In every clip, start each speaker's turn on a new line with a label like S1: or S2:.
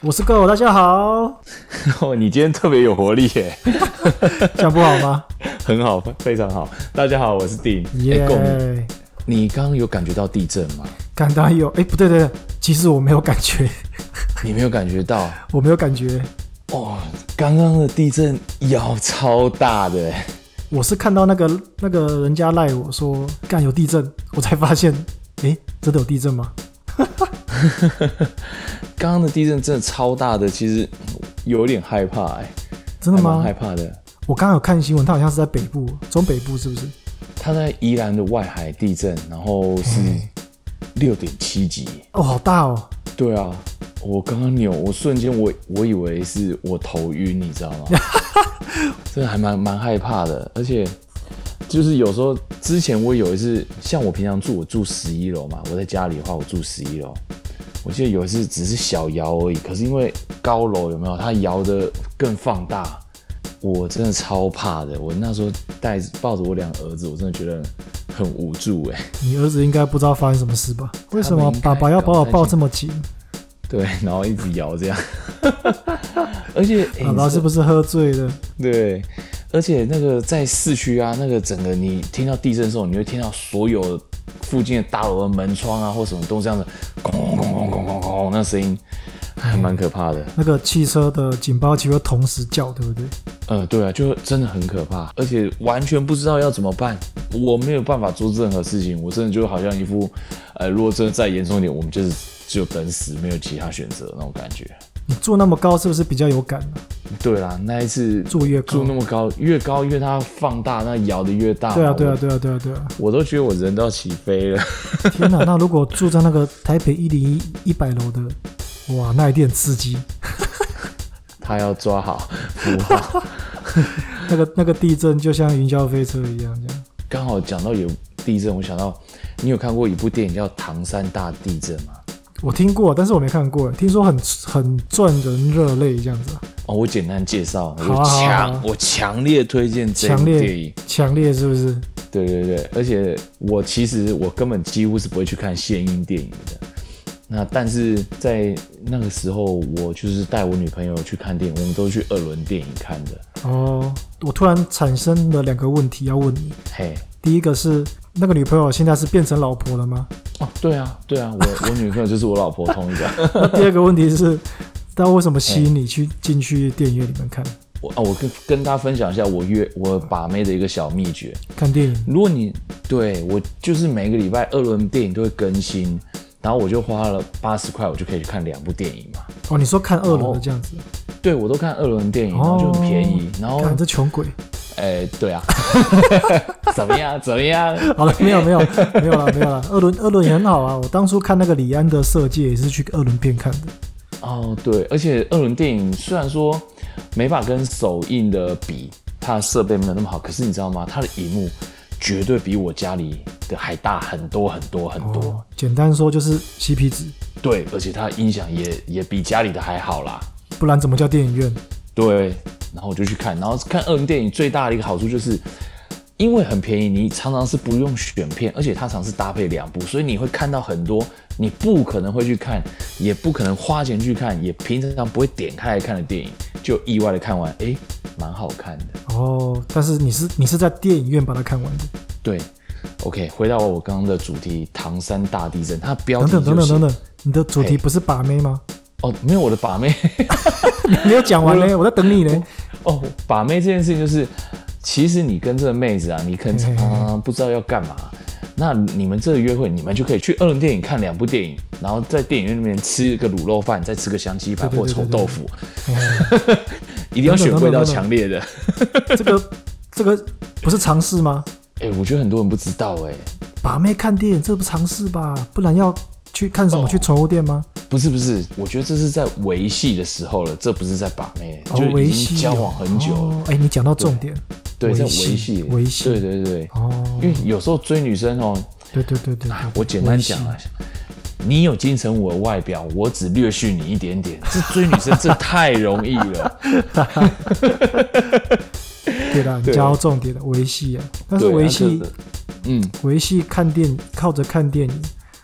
S1: 我是 Go，大家好，
S2: 哦， 你今天特别有活力 耶，
S1: 讲不好吗？
S2: 很好，非常好。大家好，我是丁。
S1: 耶、
S2: 哎，Go，你你刚刚有感觉到地震吗？
S1: 感到有，哎、不对对对，其实我没有感觉，
S2: 你没有感觉到？
S1: 我没有感觉，
S2: 哦，刚刚的地震摇超大的耶，哎
S1: 我是看到那个那个人家赖我说干有地震，我才发现，哎、真的有地震吗？
S2: 刚刚的地震真的超大的，其实有点害怕哎，
S1: 真的
S2: 还蛮
S1: 吗
S2: 害？怕的。
S1: 我刚刚有看新闻，它好像是在北部，中北部是不是？
S2: 它在宜兰的外海地震，然后是
S1: 嗯
S2: 六点七级。
S1: 哦，好大哦！
S2: 对啊，我刚刚扭，我瞬间我我以为是我头晕，你知道吗？真的还蛮蛮害怕的，而且就是有时候之前我有一次，像我平常住我住十一楼嘛，我在家里的话我住十一楼，我记得有一次只是小摇而已，可是因为高楼有没有它摇的更放大，我真的超怕的。我那时候带抱着我两个儿子，我真的觉得很无助哎、
S1: 你儿子应该不知道发生什么事吧？为什
S2: 他
S1: 么
S2: 们应该
S1: 爸爸要把我抱这么紧？
S2: 对，然后一直摇这样，而且、欸、
S1: 爸
S2: 你
S1: 啊爸是不是喝醉了？
S2: 对，而且那个在市区啊，那个整个你听到地震的时候，你会听到所有附近的大楼的门窗啊或什么都这样子，咣咣咣咣咣咣，那声音还蛮可怕的。
S1: 那个汽车的警报器会同时叫，对不对？
S2: 呃，对啊，就真的很可怕，而且完全不知道要怎么办。我没有办法做任何事情，我真的就好像一副，呃，如果真的再严重一点，我们就是只有等死，没有其他选择那种感觉。
S1: 你坐那么高是不是比较有感呢、
S2: 对啦，那一次
S1: 住越高
S2: 住那么高，越高越它放大，那摇的越大嘛。
S1: 对啊，对
S2: 我
S1: 啊，对啊，对啊，对啊！
S2: 我都觉得我人都要起飞了。
S1: 天哪，那如果住在那个台北一零一一百楼的，哇，那一定很刺激。
S2: 他要抓好符 号。
S1: 那个那个地震就像云霄飞车一样，这样。
S2: 刚好讲到有地震，我想到你有看过一部电影叫《唐山大地震》吗？
S1: 我听过，但是我没看过。听说很很赚人热泪这样子啊、
S2: 哦，我简单介绍，
S1: 好啊好
S2: 我强、
S1: 啊好啊
S2: 我强烈推荐这
S1: 强
S2: 部电
S1: 烈
S2: 影。
S1: 强烈是不是？
S2: 对对对，而且我其实我根本几乎是不会去看现映电影的。那但是在那个时候，我就是带我女朋友去看电影，我们都去二轮电影看的。
S1: 哦，我突然产生了两个问题要问你。
S2: 嘿，
S1: 第一个是那个女朋友现在是变成老婆了吗？
S2: 哦，对啊，对啊，我我 女朋友就是我老婆，同一个。
S1: 那第二个问题是，她为什么吸引你去进去电影院里面看
S2: 我啊，我跟跟大家分享一下我约我把妹的一个小秘诀。
S1: 看电影？
S2: 如果你对我就是每个礼拜二轮电影都会更新，然后我就花了八十块，我就可以去看两部电影嘛。
S1: 哦，你说看二楼的这样子，
S2: 对我都看二轮电影，然后就很便宜。然后
S1: 哦看这穷鬼。
S2: 哎，对啊， 怎么样？怎么样？
S1: 好了，没有没有没有了没有了。二轮二轮也很好啊，我当初看那个李安的《色戒》也是去二轮片看的。
S2: 哦，对，而且二轮电影虽然说没法跟首映的比，它的设备没有那么好，可是你知道吗？它的荧幕绝对比我家里的还大很多很多很多。
S1: 哦，简单说就是 CP 值，
S2: 对，而且它音响也也比家里的还好啦。
S1: 不然怎么叫电影院？
S2: 对，然后我就去看，然后看二轮电影最大的一个好处就是，因为很便宜，你常常是不用选片，而且它常是搭配两部，所以你会看到很多你不可能会去看，也不可能花钱去看，也平常不会点开来看的电影，就意外的看完，诶，蛮好看的。
S1: 哦，但是你是你是在电影院把它看完的。
S2: 对，OK，回到我刚刚的主题，唐山大地震，它标
S1: 等
S2: 题就
S1: 等
S2: 是
S1: 等等等等，你的主题
S2: 嘿
S1: 不是把妹吗？
S2: 哦，没有我的把妹。
S1: 没有讲完呢，我在等你 呢。
S2: 哦，把妹这件事情就是，其实你跟这个妹子啊，你可能
S1: 嗯
S2: 常常不知道要干嘛。那你们这个约会，你们就可以去二轮电影看两部电影，然后在电影院里面吃个卤肉饭，再吃个香鸡排
S1: 对对
S2: 或
S1: 对
S2: 臭
S1: 对对
S2: 豆腐，一定要选味道强烈的。
S1: 这个这个不是尝试吗？
S2: 哎、我觉得很多人不知道哎、
S1: 把妹看电影，这不尝试吧？不然要去看什么？
S2: 哦
S1: 去宠物店吗？
S2: 不是不是，我觉得这是在维系的时候了，这不是在把妹，
S1: 哦，
S2: 就
S1: 维
S2: 已
S1: 系
S2: 经交
S1: 哦
S2: 往很久了，
S1: 哦哎，你讲到重点。
S2: 对，在
S1: 维
S2: 维系，
S1: 维系。
S2: 对对对，
S1: 哦，
S2: 因为有时候追女生哦，
S1: 对对对对，对
S2: 我简单讲啊，你有金城武的外表，我只略逊你一点点。这追女生这太容易 了，
S1: 对啦，你
S2: 对
S1: 讲到重点了，维系啊。但是
S2: 对啊
S1: 维系
S2: 这个嗯，
S1: 维系看电影，靠着看电影，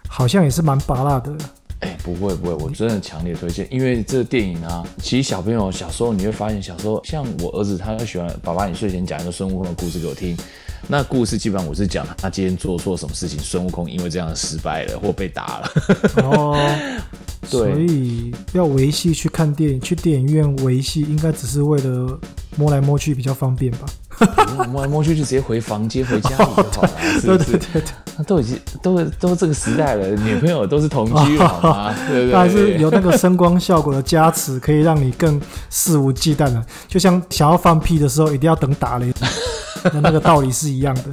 S1: 好像也是蛮拔辣的。
S2: 哎、哎、不会不会，我真的强烈推荐，因为这个电影啊，其实小朋友小时候你会发现，小时候像我儿子，他就喜欢爸爸，你睡前讲一个孙悟空的故事给我听。那故事基本上我是讲他今天做错什么事情，孙悟空因为这样失败了或被 打了。
S1: 哦，所
S2: 对
S1: 以要维系去看电影，去电影院维系，应该只是为了摸来摸去比较方便吧？
S2: 摸来摸去就直接回房间回家里就好了，是
S1: 对
S2: 不
S1: 对
S2: 是？
S1: 对对，
S2: 那啊都已经都都这个时代了，女朋友都是同居了，好吗？ 对不
S1: 它还是
S2: 对？
S1: 有那个声光效果的加持，可以让你更肆无忌惮的，就像想要放屁的时候一定要等打 雷的那个道理是一样的。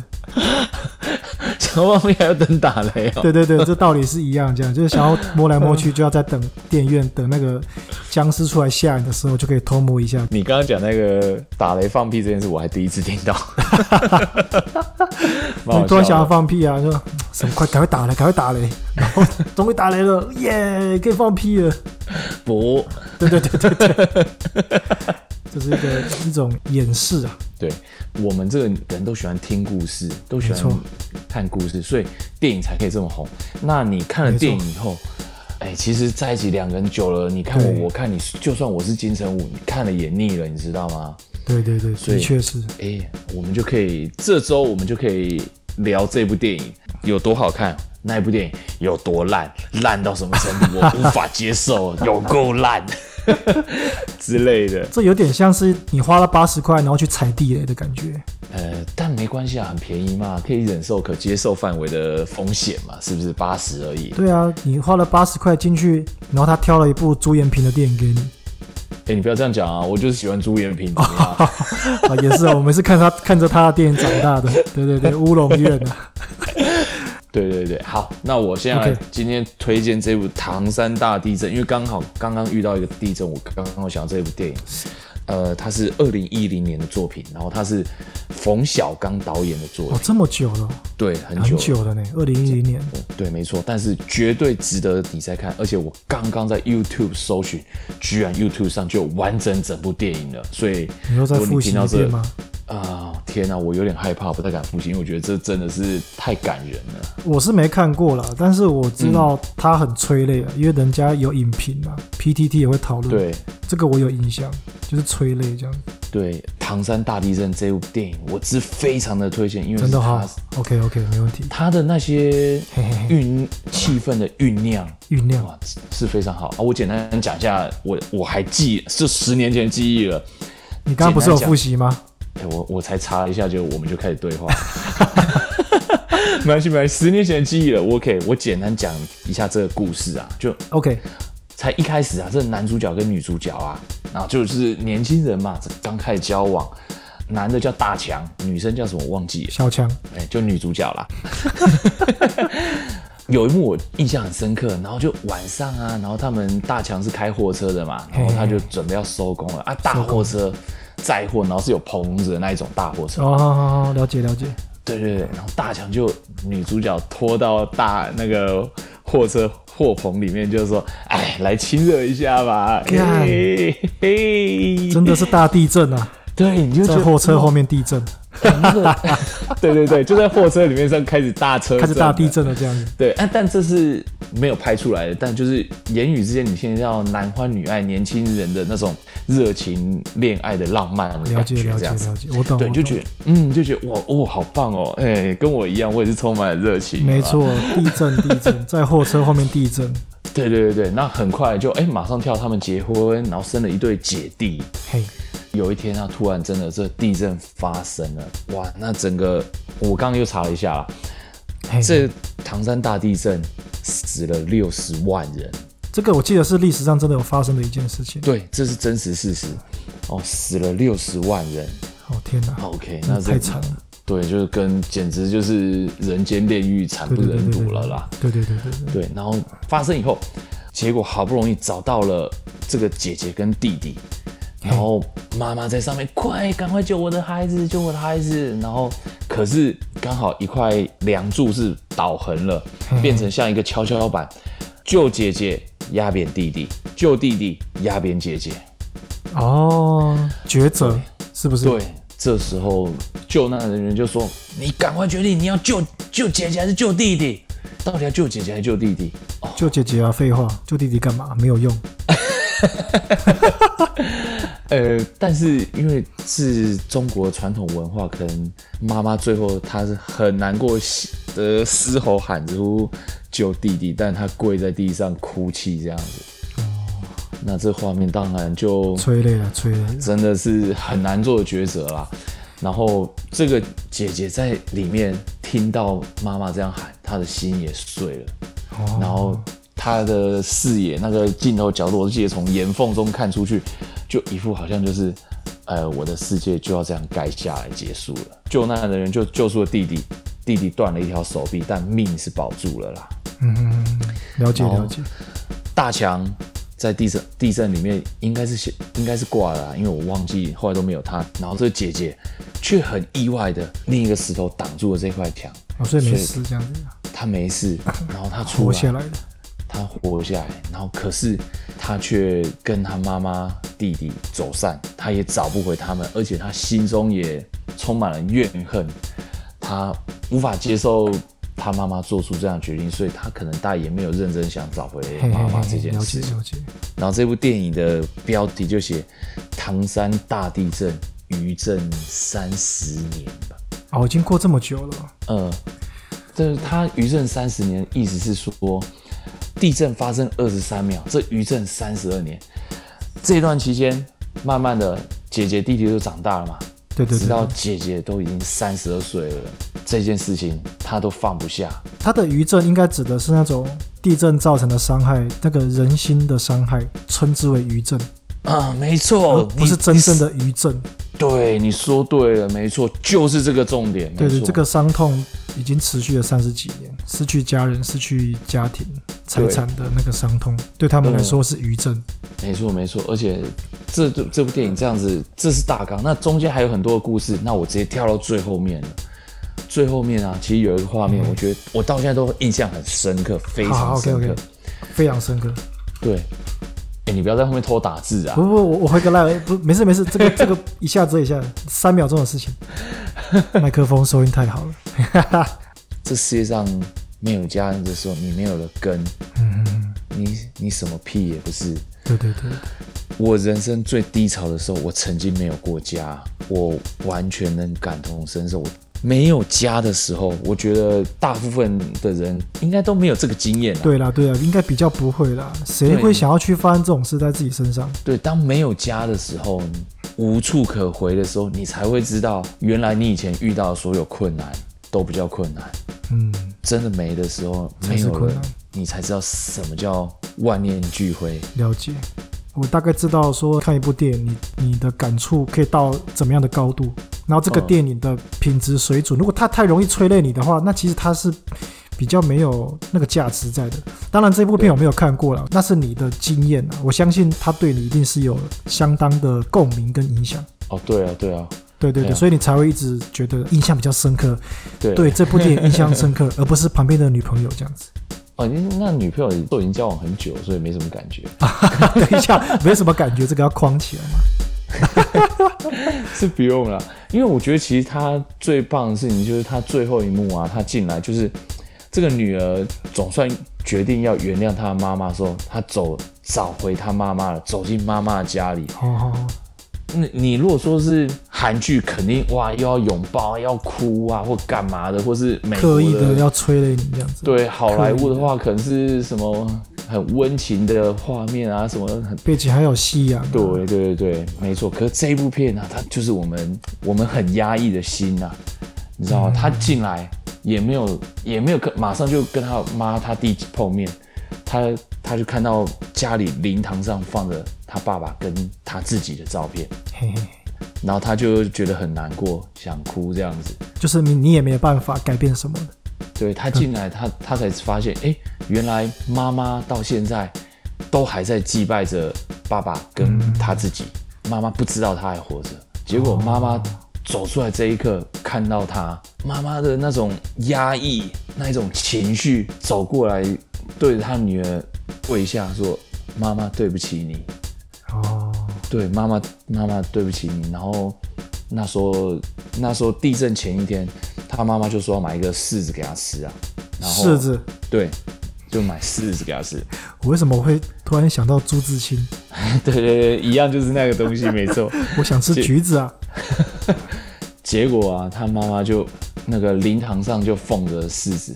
S2: 小方面还要等打雷哦。
S1: 对对对，这道理是一样，这样就是想要摸来摸去，就要在等电影院等那个僵尸出来吓你的时候，就可以偷摸一下。
S2: 你刚刚讲那个打雷放屁这件事，我还第一次听 到。蛮
S1: 那
S2: 好
S1: 你突然
S2: 笑
S1: 想要
S2: 的
S1: 放屁啊，就嗯什么快赶快打雷，赶快打雷，然后 终于打雷了，耶，可以放屁了。
S2: 不，
S1: 这是一个一种掩饰啊，
S2: 对我们这个人都喜欢听故事，都喜
S1: 没错
S2: 欢看故事，所以电影才可以这么红。那你看了电影以后，哎，其实在一起两个人久了，你看
S1: 对
S2: 我，我看你，就算我是金城武，你看了也腻了，你知道吗？
S1: 对对对，的
S2: 以
S1: 确是。
S2: 哎，我们就可以这周我们就可以聊这部电影有多好看，那一部电影有多烂，烂到什么程度我无法接受，有够烂 之类的。
S1: 这有点像是你花了八十块，然后去踩地雷的感觉。
S2: 呃，但没关系啊，很便宜嘛，可以忍受可接受范围的风险嘛，是不是八十而已？
S1: 对啊，你花了八十块进去，然后他挑了一部朱延平的电影给你
S2: 哎，你不要这样讲啊，我就是喜欢朱延平，怎么样？
S1: 啊，也是啊，我们是看他看着他的电影长大的。对对对，乌龙院啊，
S2: 对对对，好，那我现在
S1: OK
S2: 今天推荐这部《唐山大地震》，因为刚好刚刚遇到一个地震，我刚刚想到这部电影，呃，它是二零一零年的作品，然后它是冯小刚导演的作
S1: 哦
S2: 品，，
S1: 这么久了，
S2: 对，很久
S1: 很
S2: 了
S1: 久了呢，二零一零年。
S2: 对，没错，但是绝对值得你再看，而且我刚刚在 YouTube 搜寻，居然 YouTube 上就有完整整部电影了，所以
S1: 你又再
S2: 如果
S1: 复习
S2: 听到
S1: 一
S2: 这
S1: 遍吗？
S2: 啊、天哪、我有点害怕，不太敢复习，因为我觉得这真的是太感人了。
S1: 我是没看过啦，但是我知道
S2: 嗯
S1: 他很催泪啊，因为人家有影评啊，PTT 也会讨论。，
S2: 对。
S1: 这个我有印象，就是催泪这样，
S2: 对《唐山大地震》这部电影，我是非常的推荐，因为
S1: 真的好
S2: 是它。
S1: OK OK，没问题。
S2: 它的那些
S1: 嘿嘿嘿
S2: 酝气氛的酝 酿
S1: 酝酿
S2: 啊，是非常好啊。我简单讲一下，我我还记是十年前的记忆了。
S1: 你刚刚不是有复习吗？
S2: 哎，我我才查了一下，就我们就开始对话。 没关系，没关系，十年前的记忆了。我 OK，我简单讲一下这个故事啊，就
S1: OK，
S2: 才一开始啊，这男主角跟女主角啊，然后就是年轻人嘛，这刚开始交往，男的叫大强，女生叫什么我忘记了，
S1: 小强，
S2: 哎、就女主角啦。 有一幕我印象很深刻，然后就晚上啊，然后他们大强是开货车的嘛，然后他就准备要收工了啊，大货车载货，然后是有棚子的那一种大货车，
S1: 哦，好好好，了解了 解。
S2: 对对对，然后大强就女主角拖到大那个货车货棚里面，就说：“哎，来亲热一下吧。”
S1: 干
S2: 嘿嘿，
S1: 真的是大地震啊，
S2: 对，你 就
S1: 在
S2: 觉得
S1: 货车后面地震，
S2: 那个对对对，就在货车里面上开始大车，
S1: 开始大地。震了这样子。
S2: 对，啊，但这是没有拍出来的，但就是言语之间，你现在要男欢女爱，年轻人的那种热情恋爱的浪漫的
S1: 了
S2: 感
S1: 解
S2: 觉，
S1: 了
S2: 这
S1: 解
S2: 样子
S1: 了。解，我懂。
S2: 对，
S1: 我
S2: 你就
S1: 懂
S2: 觉得，嗯，你就觉得哇哦，好棒哦，哎、跟我一样，我也是充满了热情，啊
S1: 没 错，地震地震，在货车后面地震，
S2: 对对对对，那很快就哎、马上跳他们结婚，然后生了一对姐弟。
S1: 嘿，
S2: 有一天啊，突然真的这地震发生了，哇！那整个我刚刚又查了一下啦，
S1: 嘿，
S2: 这唐山大地震死了六十万人，
S1: 这个我记得是历史上真的有发生的一件事情。
S2: 对，这是真实事实。哦，死了六十万人。嗯
S1: 哦天哪，
S2: OK，
S1: 真
S2: 那
S1: 的
S2: 这
S1: 太惨了，
S2: 对，就是跟简直就是人间炼狱，惨
S1: 对
S2: 不
S1: 对对
S2: 忍
S1: 对
S2: 睹
S1: 对
S2: 了啦。
S1: 对对对对对，
S2: 对，然后发生以后，结果好不容易找到了这个姐姐跟弟弟，然后妈妈在上面，快赶快救我的孩子，救我的孩子。然后可是刚好一块梁柱是倒横了，变成像一个跷跷板，救姐姐压扁弟弟，救弟弟压扁姐姐。
S1: 哦，抉择是不是？
S2: 对，这时候救难人员就说：“你赶快决定你要救救姐姐还是救弟弟。”到底要救姐姐还是救弟弟？哦，
S1: 救姐姐啊，废话，救弟弟干嘛？没有用。
S2: 呃，但是因为是中国传统文化，可能妈妈最后她是很难过的嘶吼喊出救弟弟，但她跪在地上哭泣这样子。那这画面当然就
S1: 催泪了，催泪了。
S2: 真的是很难做的抉择啦。然后这个姐姐在里面听到妈妈这样喊，她的心也碎了。
S1: 哦
S2: 然后她的视野那个镜头角度，我记得从岩缝中看出去，就一副好像就是，呃，我的世界就要这样盖下来结束了。救难的人就救出了弟弟，弟弟断了一条手臂，但命是保住了啦。
S1: 嗯嗯，嗯
S2: 哦
S1: 了解了解。
S2: 大强在地震地震里面应该是先应该是挂了啊、因为我忘记后来都没有他。然后这个姐姐却很意外的另一个石头挡住了这块墙，
S1: 哦，所以没事这样子，啊
S2: 她没 事，然后她出
S1: 活下
S2: 来，
S1: 来的。
S2: 她活下来，然后可是她却跟她妈妈弟弟走散，她也找不回他们，而且她心中也充满了怨恨，她无法接受。她妈妈做出这样的决定，所以她可能大也没有认真想找回
S1: 嘿
S2: 妈
S1: 嘿
S2: 妈
S1: 嘿
S2: 这
S1: 嘿，
S2: 件
S1: 了
S2: 事
S1: 解
S2: 情。
S1: 了解。
S2: 然后这部电影的标题就写“唐山大地震余震三十年”吧。
S1: 哦，已经过这么久了，
S2: 呃，这它余震三十年，意思是说地震发生二十三秒，这余震三十二年。这段期间，慢慢的姐姐弟弟都长大了嘛，
S1: 对对
S2: 直
S1: 对
S2: 到。姐姐都已经三十二岁了，这件事情她都放不下。
S1: 它的余震应该指的是那种地震造成的伤害，那个人心的伤害，称之为余震，
S2: 啊、没错，
S1: 不是
S2: 你
S1: 真正的余震。
S2: 对，你说对了，没错，就是这个重点。
S1: 对
S2: 没
S1: 对，
S2: 错
S1: 这个伤痛已经持续了三十几年，失去家人、失去家庭、财产的那个伤痛，对他们来说是余震。
S2: 没错没错，而且这这这部电影这样子，这是大纲，那中间还有很多的故事，那我直接跳到最后面了。最后面啊，其实有一个画面，我觉得我到现在都印象很深刻，嗯非
S1: 嗯好
S2: 常
S1: 好
S2: 深刻。
S1: ，OK，OK，非常深刻。
S2: 对，哎、你不要在后面偷打字啊
S1: 不！不，我我回个赖，不，没事没事， 这个这个一下子一下三秒钟的事情，麦克风收音太好了。
S2: 这世界上没有家人的时候，你没有了根，
S1: 嗯
S2: 你你什么屁也不是。
S1: 对对对，
S2: 我人生最低潮的时候，我曾经没有过家，我完全能感同身受。我没有家的时候，我觉得大部分的人应该都没有这个经验啊。
S1: 对啦对啦，应该比较不会啦，谁
S2: 对
S1: 会想要去发生这种事在自己身上？
S2: 对，当没有家的时候，无处可回的时候，你才会知道，原来你以前遇到的所有困难都不叫困难。
S1: 嗯，
S2: 真的没的时候，
S1: 才
S2: 没
S1: 是
S2: 有
S1: 困
S2: 了
S1: 难，
S2: 你才知道什么叫万念俱灰。
S1: 了解。我大概知道说看一部电影，你你的感触可以到怎么样的高度，然后这个
S2: 嗯
S1: 电影的品质水准，如果它太容易催泪你的话，那其实它是比较没有那个价值在的。当然这部片我没有看过了，那是你的经验啊，我相信它对你一定是有相当的共鸣跟影响。
S2: 哦，对啊，对啊，
S1: 对对
S2: 对
S1: 对，
S2: 啊
S1: 所以你才会一直觉得印象比较深刻，
S2: 对
S1: 对这部电影印象深刻，而不是旁边的女朋友这样子。
S2: 哦，你那女朋友都已经交往很久，所以没什么感觉。
S1: 等一下，没什么感觉，这个要框起来嘛。
S2: 是不用了，因为我觉得其实他最棒的事情就是他最后一幕啊，他进来就是这个女儿总算决定要原谅她的妈妈的时候，她走找回她妈妈了，走进妈妈的家里。
S1: 好好好，
S2: 你你如果说是韩剧，肯定哇又要拥抱、要哭啊，或干嘛的，或是美国
S1: 刻意的要催泪你这样子。
S2: 对好莱坞
S1: 刻意
S2: 的话，可能是什么很温情的画面啊，什么很
S1: 背景还有夕阳、啊。
S2: 对对对对，没错。可是这一部片呢、它就是我们我们很压抑的心呐、你知道吗？他进来也没有也没有跟马上就跟他妈他弟碰面，他他就看到家里灵堂上放着他爸爸跟他自己的照片，
S1: 嘿嘿，
S2: 然后他就觉得很难过，想哭这样子。
S1: 就是你你也没有办法改变什么的。
S2: 对他进来，他他才发现，哎，原来妈妈到现在都还在祭拜着爸爸跟他自己，妈妈不知道他还活着。结果妈妈走出来这一刻，看到他妈妈的那种压抑，那一种情绪走过来，对着他女儿跪下说：“妈妈，对不起你。”
S1: 哦，
S2: 对，妈妈，妈妈，对不起你。然后那时候，那时候地震前一天，他妈妈就说要买一个柿子给他吃啊。然后
S1: 柿子，
S2: 对，就买柿子给他吃。
S1: 我为什么会突然想到朱自清？
S2: 对对对，一样就是那个东西，没错。
S1: 我想吃
S2: 是
S1: 橘子啊！
S2: 结果啊，他妈妈就那个灵堂上就放着柿子，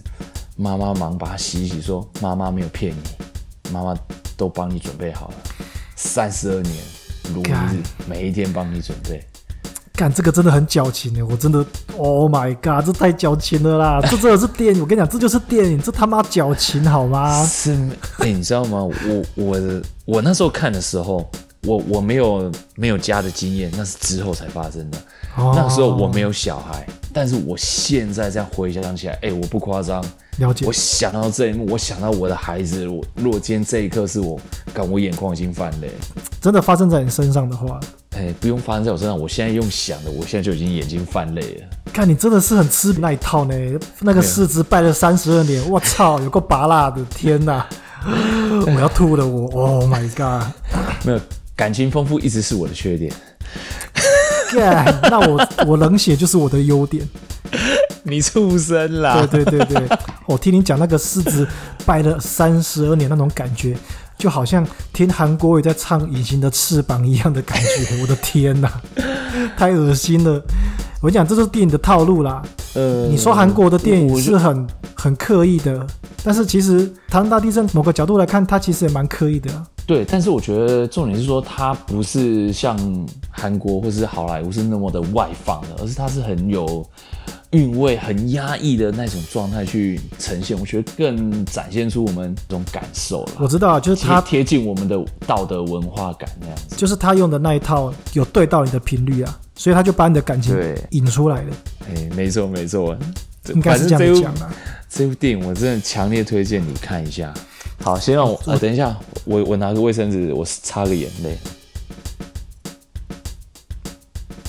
S2: 妈妈忙把它洗一洗，说：“妈妈没有骗你，妈妈都帮你准备好了，三十二年如一
S1: 干
S2: 日，每一天帮你准备。
S1: 干这个真的很矫情的，我真的，Oh my god，这太矫情了 啦！这真的是电影，我跟你讲，这就是电影，这他妈矫情好吗？
S2: 是，哎、你知道吗？我我的我那时候看的时候，我我没有没有家的经验，那是之后才发生的。
S1: 哦
S2: 那个时候我没有小孩，但是我现在这样回想起来，哎、我不夸张，
S1: 了解
S2: 我想到这一幕，我想到我的孩子，我如果今天这一刻是我，感我眼眶已经泛泪。
S1: 真的发生在你身上的话，
S2: 哎、不用发生在我身上，我现在用想的，我现在就已经眼睛泛泪了。
S1: 看你真的是很吃那一套呢。那
S2: 啊
S1: 个市值拜了三十二年，我操，有个拔辣的，天 哪！我要吐了我，我，Oh my god！
S2: 没有，感情丰富一直是我的缺点。
S1: 干，那我我冷血就是我的优点。
S2: 你畜生啦！
S1: 对对对对，我听你讲那个狮子拜了三十二年那种感觉，就好像听韩国语在唱《隐形的翅膀》一样的感觉。 我的天哪，太恶心了！我讲这就是电影的套路啦。
S2: 呃
S1: 你说韩国的电影
S2: 我
S1: 是很很刻意的，但是其实《唐人大地震》某个角度来看，它其实也蛮刻意的啊、
S2: 对，但是我觉得重点是说，它不是像韩国或是好莱坞是那么的外放的，而是它是很有韵味、很压抑的那种状态去呈现。我觉得更展现出我们这种感受
S1: 我
S2: 了，
S1: 知道啊，就是
S2: 贴
S1: 它
S2: 贴近我们的道德文化感那样子。
S1: 就是它用的那一套有对到你的频率啊，所以它就把你的感情
S2: 对
S1: 引出来了，
S2: 哎、没错没错，这
S1: 应该是这
S2: 反正
S1: 样
S2: 这
S1: 讲
S2: 部
S1: 啊。
S2: 这部电影我真的强烈推荐你看一下。好，先让我呃，等一下，我我拿个卫生纸，我擦个眼泪。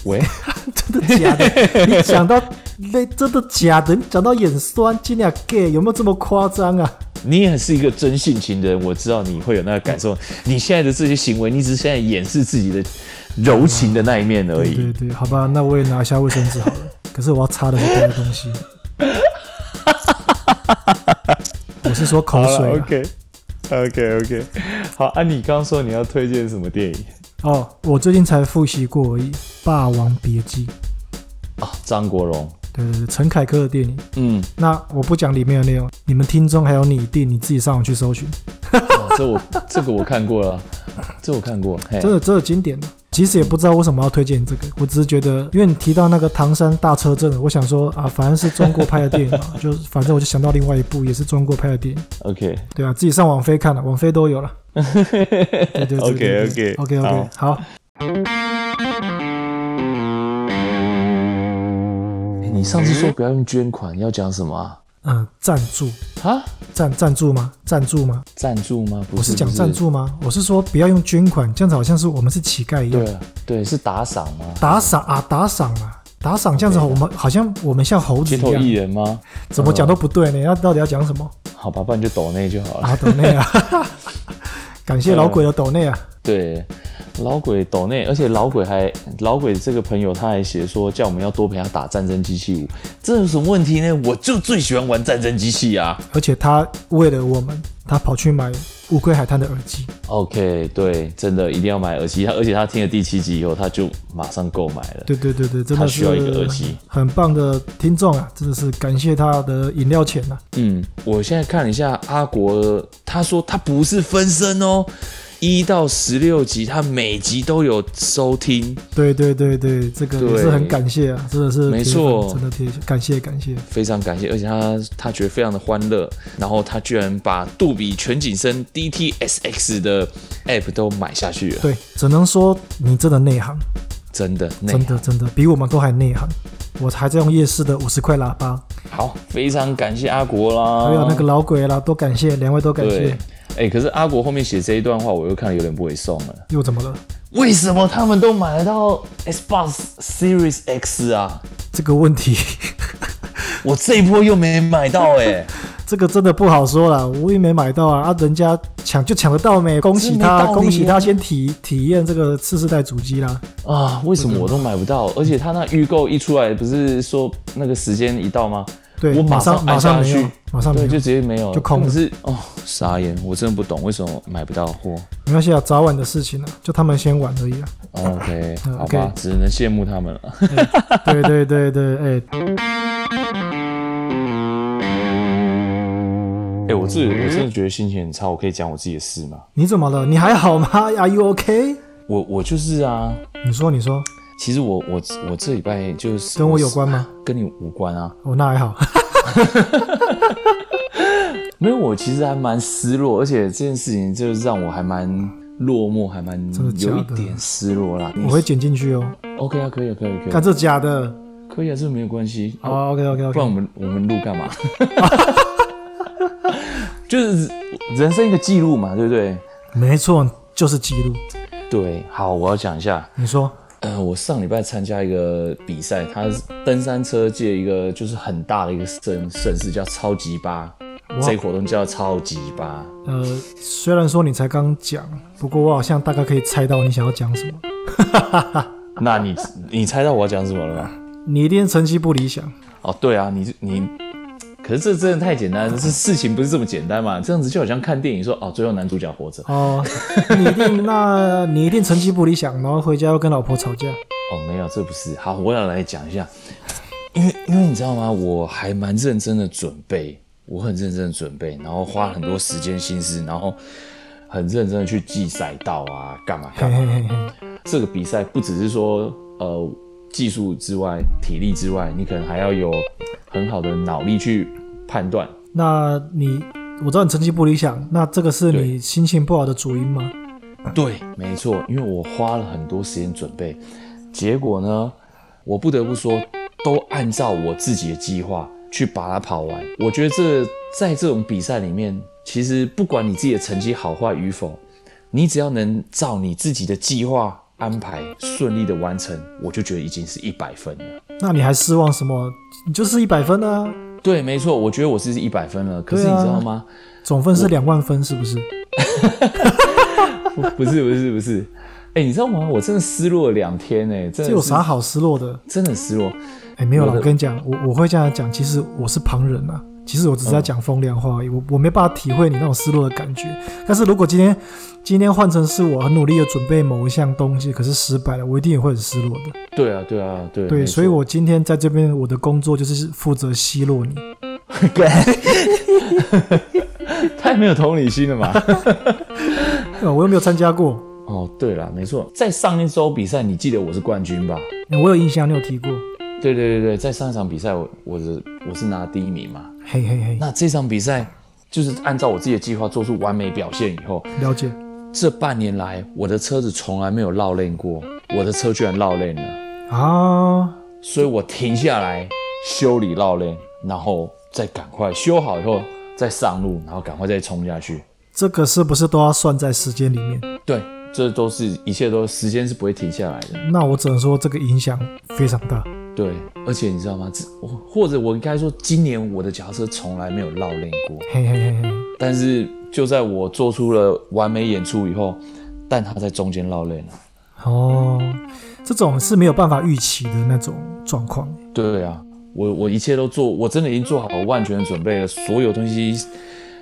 S2: 喂。
S1: 真的假的？你讲到那真的假的？你讲到眼酸，尽量 gay 有没有这么夸张啊？
S2: 你也是一个真性情的人，我知道你会有那个感受。你现在的这些行为，你只是现在掩饰自己的柔情的那一面而
S1: 对
S2: 已。
S1: 对对，好吧，那我也拿一下卫生纸好了。可是我要擦的是别的东 西。我是说口
S2: 好
S1: 水、
S2: 了
S1: 啊、
S2: ，OK。OK OK，好啊！你刚刚说你要推荐什么电影
S1: 哦，我最近才复习过而已，《霸王别姬》。
S2: 啊？张国荣，
S1: 对对对，陈凯歌的电影。
S2: 嗯，
S1: 那我不讲里面的内容，你们听众还有你弟，你自己上网去搜寻，
S2: 哦这我 这个我看过了，这我看过。嘿
S1: 真，的真的经典的。其实也不知道为什么要推荐这个，我只是觉得，因为你提到那个唐山大车震，我想说啊，反正是中国拍的电影嘛， 就反正我就想到另外一部也是中国拍的电影，
S2: OK，
S1: 对啊，自己上网飞看了，网飞都有 了。对对对
S2: OK，OK，
S1: OK OK 好，
S2: 你上次嗯说不要用捐款，要讲什么啊？
S1: 嗯，赞助
S2: 啊？
S1: 赞赞助吗？赞助吗？
S2: 赞助吗？不
S1: 我
S2: 是
S1: 是讲
S2: 不
S1: 赞助吗？我是说不要用捐款，这样子好像是我们是乞丐一样
S2: 对。啊，对，是打赏吗？
S1: 打赏啊，打赏啊，打赏这样子，我们好像我们像猴子
S2: 街
S1: 一
S2: 头
S1: 样，
S2: 艺人嗯吗？
S1: 怎么讲都不对呢？那到底要讲什么？
S2: 好吧，不然就抖内就好了。
S1: 啊，抖内啊， 感谢老鬼的抖内啊，
S2: 对，老鬼抖内，而且老鬼还老鬼这个朋友他还写说叫我们要多陪他打战争机器五，这有什么问题呢？我就最喜欢玩战争机器啊。
S1: 而且他为了我们，他跑去买乌龟海滩的耳机，
S2: OK，对，真的一定要买耳机，他而且他听了第七集以后，他就马上购买了。
S1: 对对对对，真
S2: 他
S1: 的
S2: 需要一个
S1: 是
S2: 耳机
S1: 很棒的听众啊，真的是感谢他的饮料钱啊，
S2: 嗯，我现在看了一下阿国，他说他不是分身哦，一到十六集他每集都有收听，
S1: 对对对对，这个
S2: 对
S1: 也是很感谢啊，真的是
S2: 没
S1: 铁粉
S2: 错
S1: 真的贴感谢感谢，
S2: 非常感谢，而且他他觉得非常的欢乐，然后他居然把杜比全景声 DTSX 的 app 都买下去了，
S1: 对，只能说你真的内行。
S2: 真的，内
S1: 真的真的比我们都还内行。我还在用夜市的五十块喇叭，
S2: 好，非常感谢阿国啦，
S1: 还有那个老鬼啦，都感谢两位，都感
S2: 对
S1: 谢。，
S2: 哎、可是阿国后面写这一段话，我又看了有点不会送了，
S1: 又怎么了？
S2: 为什么他们都买得到 Xbox Series X 啊？
S1: 这个问题，
S2: 我这一波又没买到哎、
S1: 这个真的不好说啦，我也没买到啊，啊，人家抢就抢得到没？恭喜
S2: 这没
S1: 他，
S2: 道理啊
S1: 恭喜他先体体验这个次世代主机啦。
S2: 啊，为什么我都买不到？而且他那预购一出来，不是说那个时间一到吗？
S1: 对，
S2: 我
S1: 马
S2: 马
S1: 上马
S2: 按
S1: 上
S2: 下
S1: 没有
S2: 去，，
S1: 马上没
S2: 对，
S1: 有
S2: 就直，接没有了，
S1: 就空了
S2: 真的是哦，傻眼，我真的不懂为什么买不到货。
S1: 没关系啊，早晚的事情啊，就他们先玩而 已啊。
S2: 哦 OK，
S1: 嗯
S2: 好吧
S1: OK，
S2: 只能羡慕 他们了。
S1: 对对对对，哎、
S2: 哎、我自己我真的觉得心情很差，我可以讲我自己的事吗？
S1: 你怎么了？你还好吗？Are you OK？
S2: 我我就是啊，
S1: 你说你说，
S2: 其实我我我这礼拜就是
S1: 跟我有关吗？
S2: 跟你无关啊，
S1: 哦，那还好，
S2: 没有，我其实还蛮失落，而且这件事情就是让我还蛮落寞，还蛮
S1: 真的假的
S2: 有一点失落啦。你
S1: 我会剪进去哦。
S2: OK 啊，可以啊，可以啊，可以
S1: 看
S2: 啊，
S1: 这假的，
S2: 可以啊，这没有关系。啊
S1: 哦，OK OK OK，
S2: 不然我们我们录干嘛？ 就是人生一个记录嘛，对不对？
S1: 没错，就是记录。
S2: 对，好，我要讲一下。
S1: 你说，
S2: 呃，我上礼拜参加一个比赛，它是登山车界一个就是很大的一个盛盛事，叫超级八。这个活动叫超级八，
S1: 呃，虽然说你才刚讲，不过我好像大概可以猜到你想要讲什么。
S2: 那你你猜到我要讲什么了吗？
S1: 你一定成绩不理想，
S2: 哦，对啊，你你，可是这真的太简单了，这事情不是这么简单嘛？这样子就好像看电影说，哦，最后男主角活着，
S1: 哦，你一定那你一定成绩不理想，然后回家又跟老婆吵架。
S2: 哦，没有，这不是。好，我要来讲一下，因为因为你知道吗？我还蛮认真的准备，我很认真的准备，然后花很多时间心思，然后很认真的去记赛道啊，干嘛
S1: 嘿
S2: 干嘛。
S1: 嘿嘿嘿，
S2: 这个比赛不只是说呃技术之外、体力之外，你可能还要有很好的脑力去判断。
S1: 那你我知道你成绩不理想，那这个是
S2: 对
S1: 你心情不好的主因吗？
S2: 对，没错，因为我花了很多时间准备，结果呢，我不得不说，都按照我自己的计划去把它跑完。我觉得这在这种比赛里面，其实不管你自己的成绩好坏与否，你只要能照你自己的计划安排顺利的完成，我就觉得已经是一百分了。
S1: 那你还奢望什么？你就是一百分啊，
S2: 对，没错，我觉得我是一百分了。可是你
S1: 对啊
S2: 知道吗？
S1: 总分是两万分，是不是？
S2: 不是，不是，不是。哎、你知道吗？我真的失落了两天、哎，真
S1: 这
S2: 的
S1: 有
S2: 是
S1: 啥好失落的？
S2: 真的很失落。
S1: 哎，没有了，
S2: 我的
S1: 我跟你讲，我我会这样讲，其实我是旁人啊，其实我只
S2: 嗯
S1: 是在讲风凉话而已，我我没办法体会你那种失落的感觉。但是如果今天今天换成是我很努力的准备某一项东西，可是失败了，我一定也会很失落的。
S2: 对啊，对啊，对。
S1: 对，
S2: 没
S1: 所以
S2: 错
S1: 我今天在这边，我的工作就是负责奚落你。
S2: 太没有同理心了嘛！
S1: 呃，我又没有参加过，
S2: 哦，对了，没错，在上一周比赛，你记得我是冠军吧？
S1: 呃我有印象，你有提过。
S2: 对对对对，在上一场比赛我，我的我是拿第一名嘛。
S1: 嘿嘿嘿，
S2: 那这场比赛就是按照我自己的计划做出完美表现以后，
S1: 了解。
S2: 这半年来我的车子从来没有绕链过，我的车居然绕链了，
S1: 啊，
S2: 所以我停下来修理绕链，然后再赶快修好以后再上路，然后赶快再冲下去。
S1: 这个是不是都要算在时间里面？
S2: 对，这都是一切都时间是不会停下来的。
S1: 那我只能说这个影响非常大。
S2: 对，而且你知道吗？这我或者我应该说，今年我的脚踏车从来没有绕链过。
S1: 嘿嘿嘿嘿，
S2: 但是就在我做出了完美演出以后，但它在中间绕链了。
S1: 哦，这种是没有办法预期的那种状况。
S2: 对啊，我我一切都做，我真的已经做好万全的准备了，所有东西，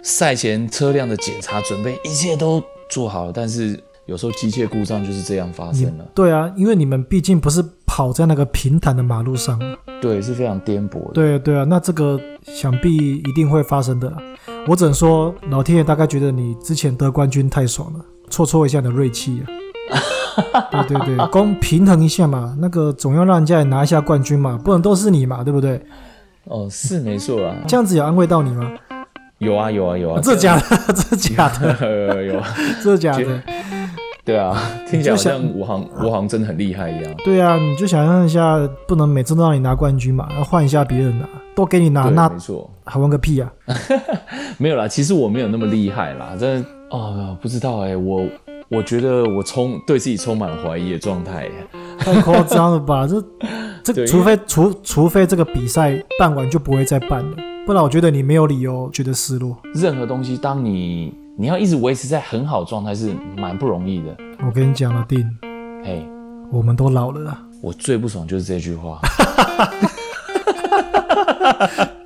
S2: 赛前车辆的检查准备，一切都做好了。但是有时候机械故障就是这样发生了，
S1: 对啊，因为你们毕竟不是跑在那个平坦的马路上。
S2: 对，是非常颠簸的。
S1: 对啊对啊，那这个想必一定会发生的啦。我只能说，老天爷大概觉得你之前得冠军太爽了，挫挫一下你的锐气啊。对对对，公平衡一下嘛，那个总要让人家也拿一下冠军嘛，不能都是你嘛，对不对？
S2: 哦，是没错啦，
S1: 这样子有安慰到你吗？
S2: 有啊有啊有啊，
S1: 这假的，这假的，
S2: 有 有啊，
S1: 这假
S2: 觉
S1: 的。
S2: 对啊，听起来好
S1: 就想
S2: 像我好像我好像真的很厉害一样。
S1: 对啊，你就想象一下，不能每次都让你拿冠军嘛，要换一下别人拿，都给你拿，
S2: 对，
S1: 啊那
S2: 没错，
S1: 还玩个屁啊！
S2: 没有啦，其实我没有那么厉害啦，真的哦，不知道哎、我我觉得我充对自己充满了怀疑的状态，
S1: 太夸张了吧？这这，
S2: 对
S1: 除非除除非这个比赛办完就不会再办了，不然我觉得你没有理由觉得失落。
S2: 任何东西，当你你要一直维持在很好的状态是蛮不容易的，
S1: 我跟你讲了，定，
S2: 嘿，
S1: 我们都老了啊，
S2: 我最不爽就是这句话，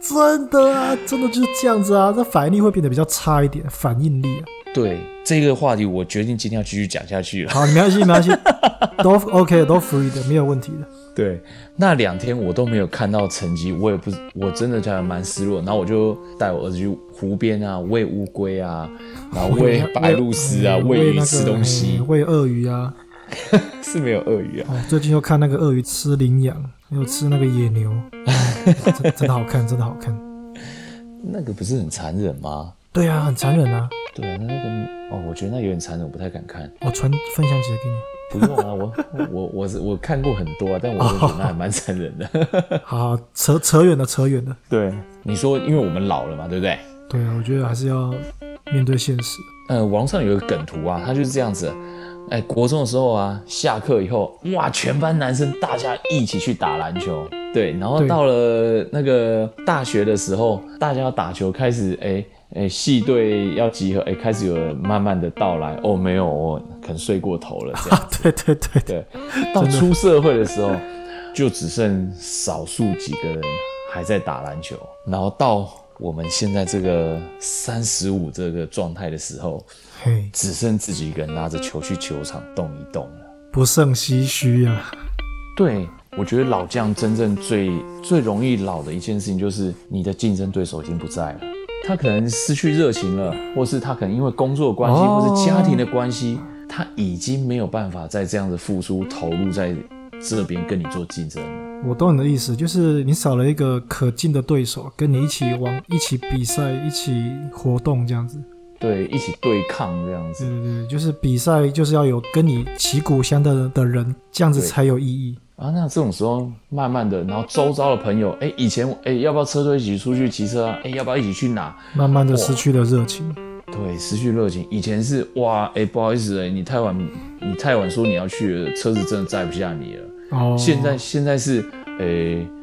S1: 真的啊，真的就是这样子啊，这反应力会变得比较差一点，反应力啊。
S2: 对这个话题，我决定今天要继续讲下去了。
S1: 好，没关系，没关 系，都 OK，都 free 的，没有问题的。
S2: 对，那两天我都没有看到成绩，我也不，我真的觉得蛮失落。然后我就带我儿子去湖边啊，喂乌龟啊，然后喂白鹭 鸶啊，喂鱼
S1: 那个
S2: 吃东西
S1: 嗯，喂鳄鱼啊。
S2: 是没有鳄鱼啊。
S1: 哦，最近又看那个鳄鱼吃羚羊，又吃那个野牛，真真的好看，真的好看。
S2: 那个不是很残忍吗？
S1: 对啊，很残忍啊。
S2: 对啊，那那个哦，我觉得那有点残忍，我不太敢看。
S1: 我传分享几个给你。
S2: 不用啊，我我我是我看过很多啊，但我都觉得那还蛮残 忍的。
S1: 好，好扯扯远了，扯远了。
S2: 对，你说，因为我们老了嘛，对不对？
S1: 对啊，我觉得还是要面对现实。
S2: 呃，网上有一个梗图啊，它就是这样子。哎，国中的时候啊，下课以后，哇，全班男生大家一起去打篮球，对，然后
S1: 对
S2: 到了那个大学的时候，大家要打球，开始哎哎系队要集合，哎，开始有人慢慢的到来，哦，没有，我可能睡过头了，这样。
S1: 啊，对对对对，
S2: 对，到出社会的时候，就只剩少数几个人还在打篮球，然后到我们现在这个三十五这个状态的时候，
S1: 嘿，
S2: 只剩自己一个人拉着球去球场动一动了。
S1: 不胜唏嘘啊。
S2: 对，我觉得老将真正最最容易老的一件事情，就是你的竞争对手已经不在了。他可能失去热情了，或是他可能因为工作的关系，
S1: 哦
S2: 或是家庭的关系，他已经没有办法再这样子付出投入在这边跟你做竞争了。
S1: 我懂你的意思，就是你少了一个可敬的对手，跟你一起往一起比赛、一起活动这样子。
S2: 对，一起对抗这样
S1: 对
S2: 子
S1: 对对，就是比赛就是要有跟你旗鼓相当的的人，这样子才有意义。
S2: 啊。那这种时候，慢慢的，然后周遭的朋友，哎、以前哎、要不要车队一起出去骑车啊？哎、要不要一起去哪？
S1: 慢慢的失去了热情，
S2: 对，失去热情。以前是哇，哎、不好意思、哎，你太晚，你太晚说你要去了，车子真的载不下你了。
S1: 哦，
S2: 现在现在是，哎、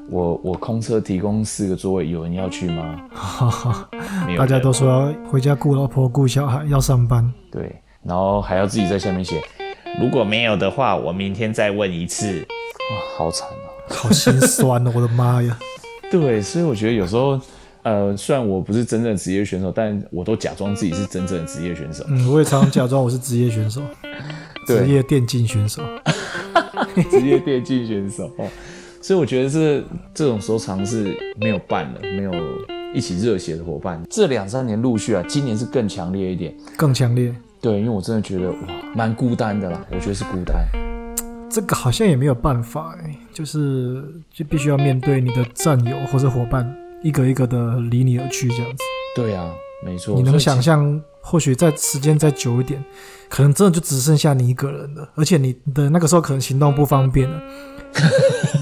S2: 我我空车提供四个座位，有人要去吗？
S1: 哈哈，
S2: 没有人。
S1: 大家都说要回家顾老婆、顾小孩，要上班。
S2: 对，然后还要自己在下面写，如果没有的话，我明天再问一次。哇，好惨啊！
S1: 好心酸哦，我的妈呀！
S2: 对，所以我觉得有时候，呃，虽然我不是真正的职业选手，但我都假装自己是真正的职业选手。
S1: 嗯，我也常假装我是职业选手，职
S2: 对，
S1: 业电竞选手。
S2: 职业电竞选手。 哦所以我觉得这这种时候尝试没有伴了，没有一起热血的伙伴。这两三年陆续啊，今年是更强烈一点。
S1: 更强烈。
S2: 对，因为我真的觉得哇，蛮孤单的啦。我觉得是孤单。
S1: 这个好像也没有办法、欸，就是就必须要面对你的战友或者伙伴一个一个的离你而去这样子。
S2: 对啊，没错。
S1: 你
S2: 所
S1: 能
S2: 以其
S1: 想象，或许在时间再久一点，可能真的就只剩下你一个人了，而且你的那个时候可能行动不方便 了，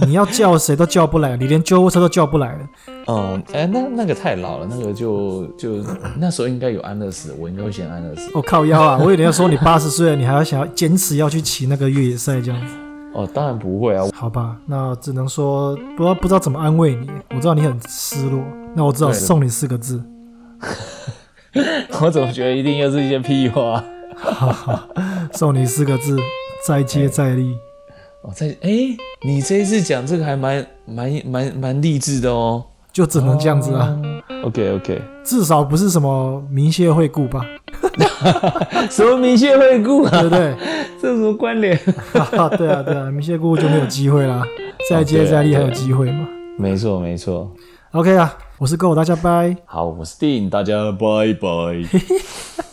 S1: 你要叫谁都叫不来，你连救护车都叫不来了。
S2: 嗯，哎、那那个太老了，那个就就那时候应该有安乐死，我应该会选安乐死。
S1: 我、靠腰 啊！我有点要说你八十岁了，你还要想要坚持要去骑那个越野赛这样子。
S2: 哦，当然不会啊，
S1: 好吧，那只能说不知道不知道怎么安慰你，我知道你很失落，那我只好
S2: 对的
S1: 送你四个字。
S2: 我怎么觉得一定又是一些屁话？
S1: 哈哈，
S2: 哎
S1: 送你四个字：再接再厉。
S2: 哦，在哎、你这一次讲这个还蛮蛮蛮蛮励志的哦。
S1: 就只能这样子啊，
S2: OK OK，
S1: 至少不是什么明谢惠顾吧，
S2: 什么明确惠顾啊？
S1: 对不对？
S2: 这有什么关联？
S1: 哈哈， 对啊，对啊，明谢顾就没有机会啦，再接再厉还有机会嘛
S2: 没错没错。
S1: ？OK 啊，我是 Go，大家拜。
S2: 好，我是 Dean，大家拜拜。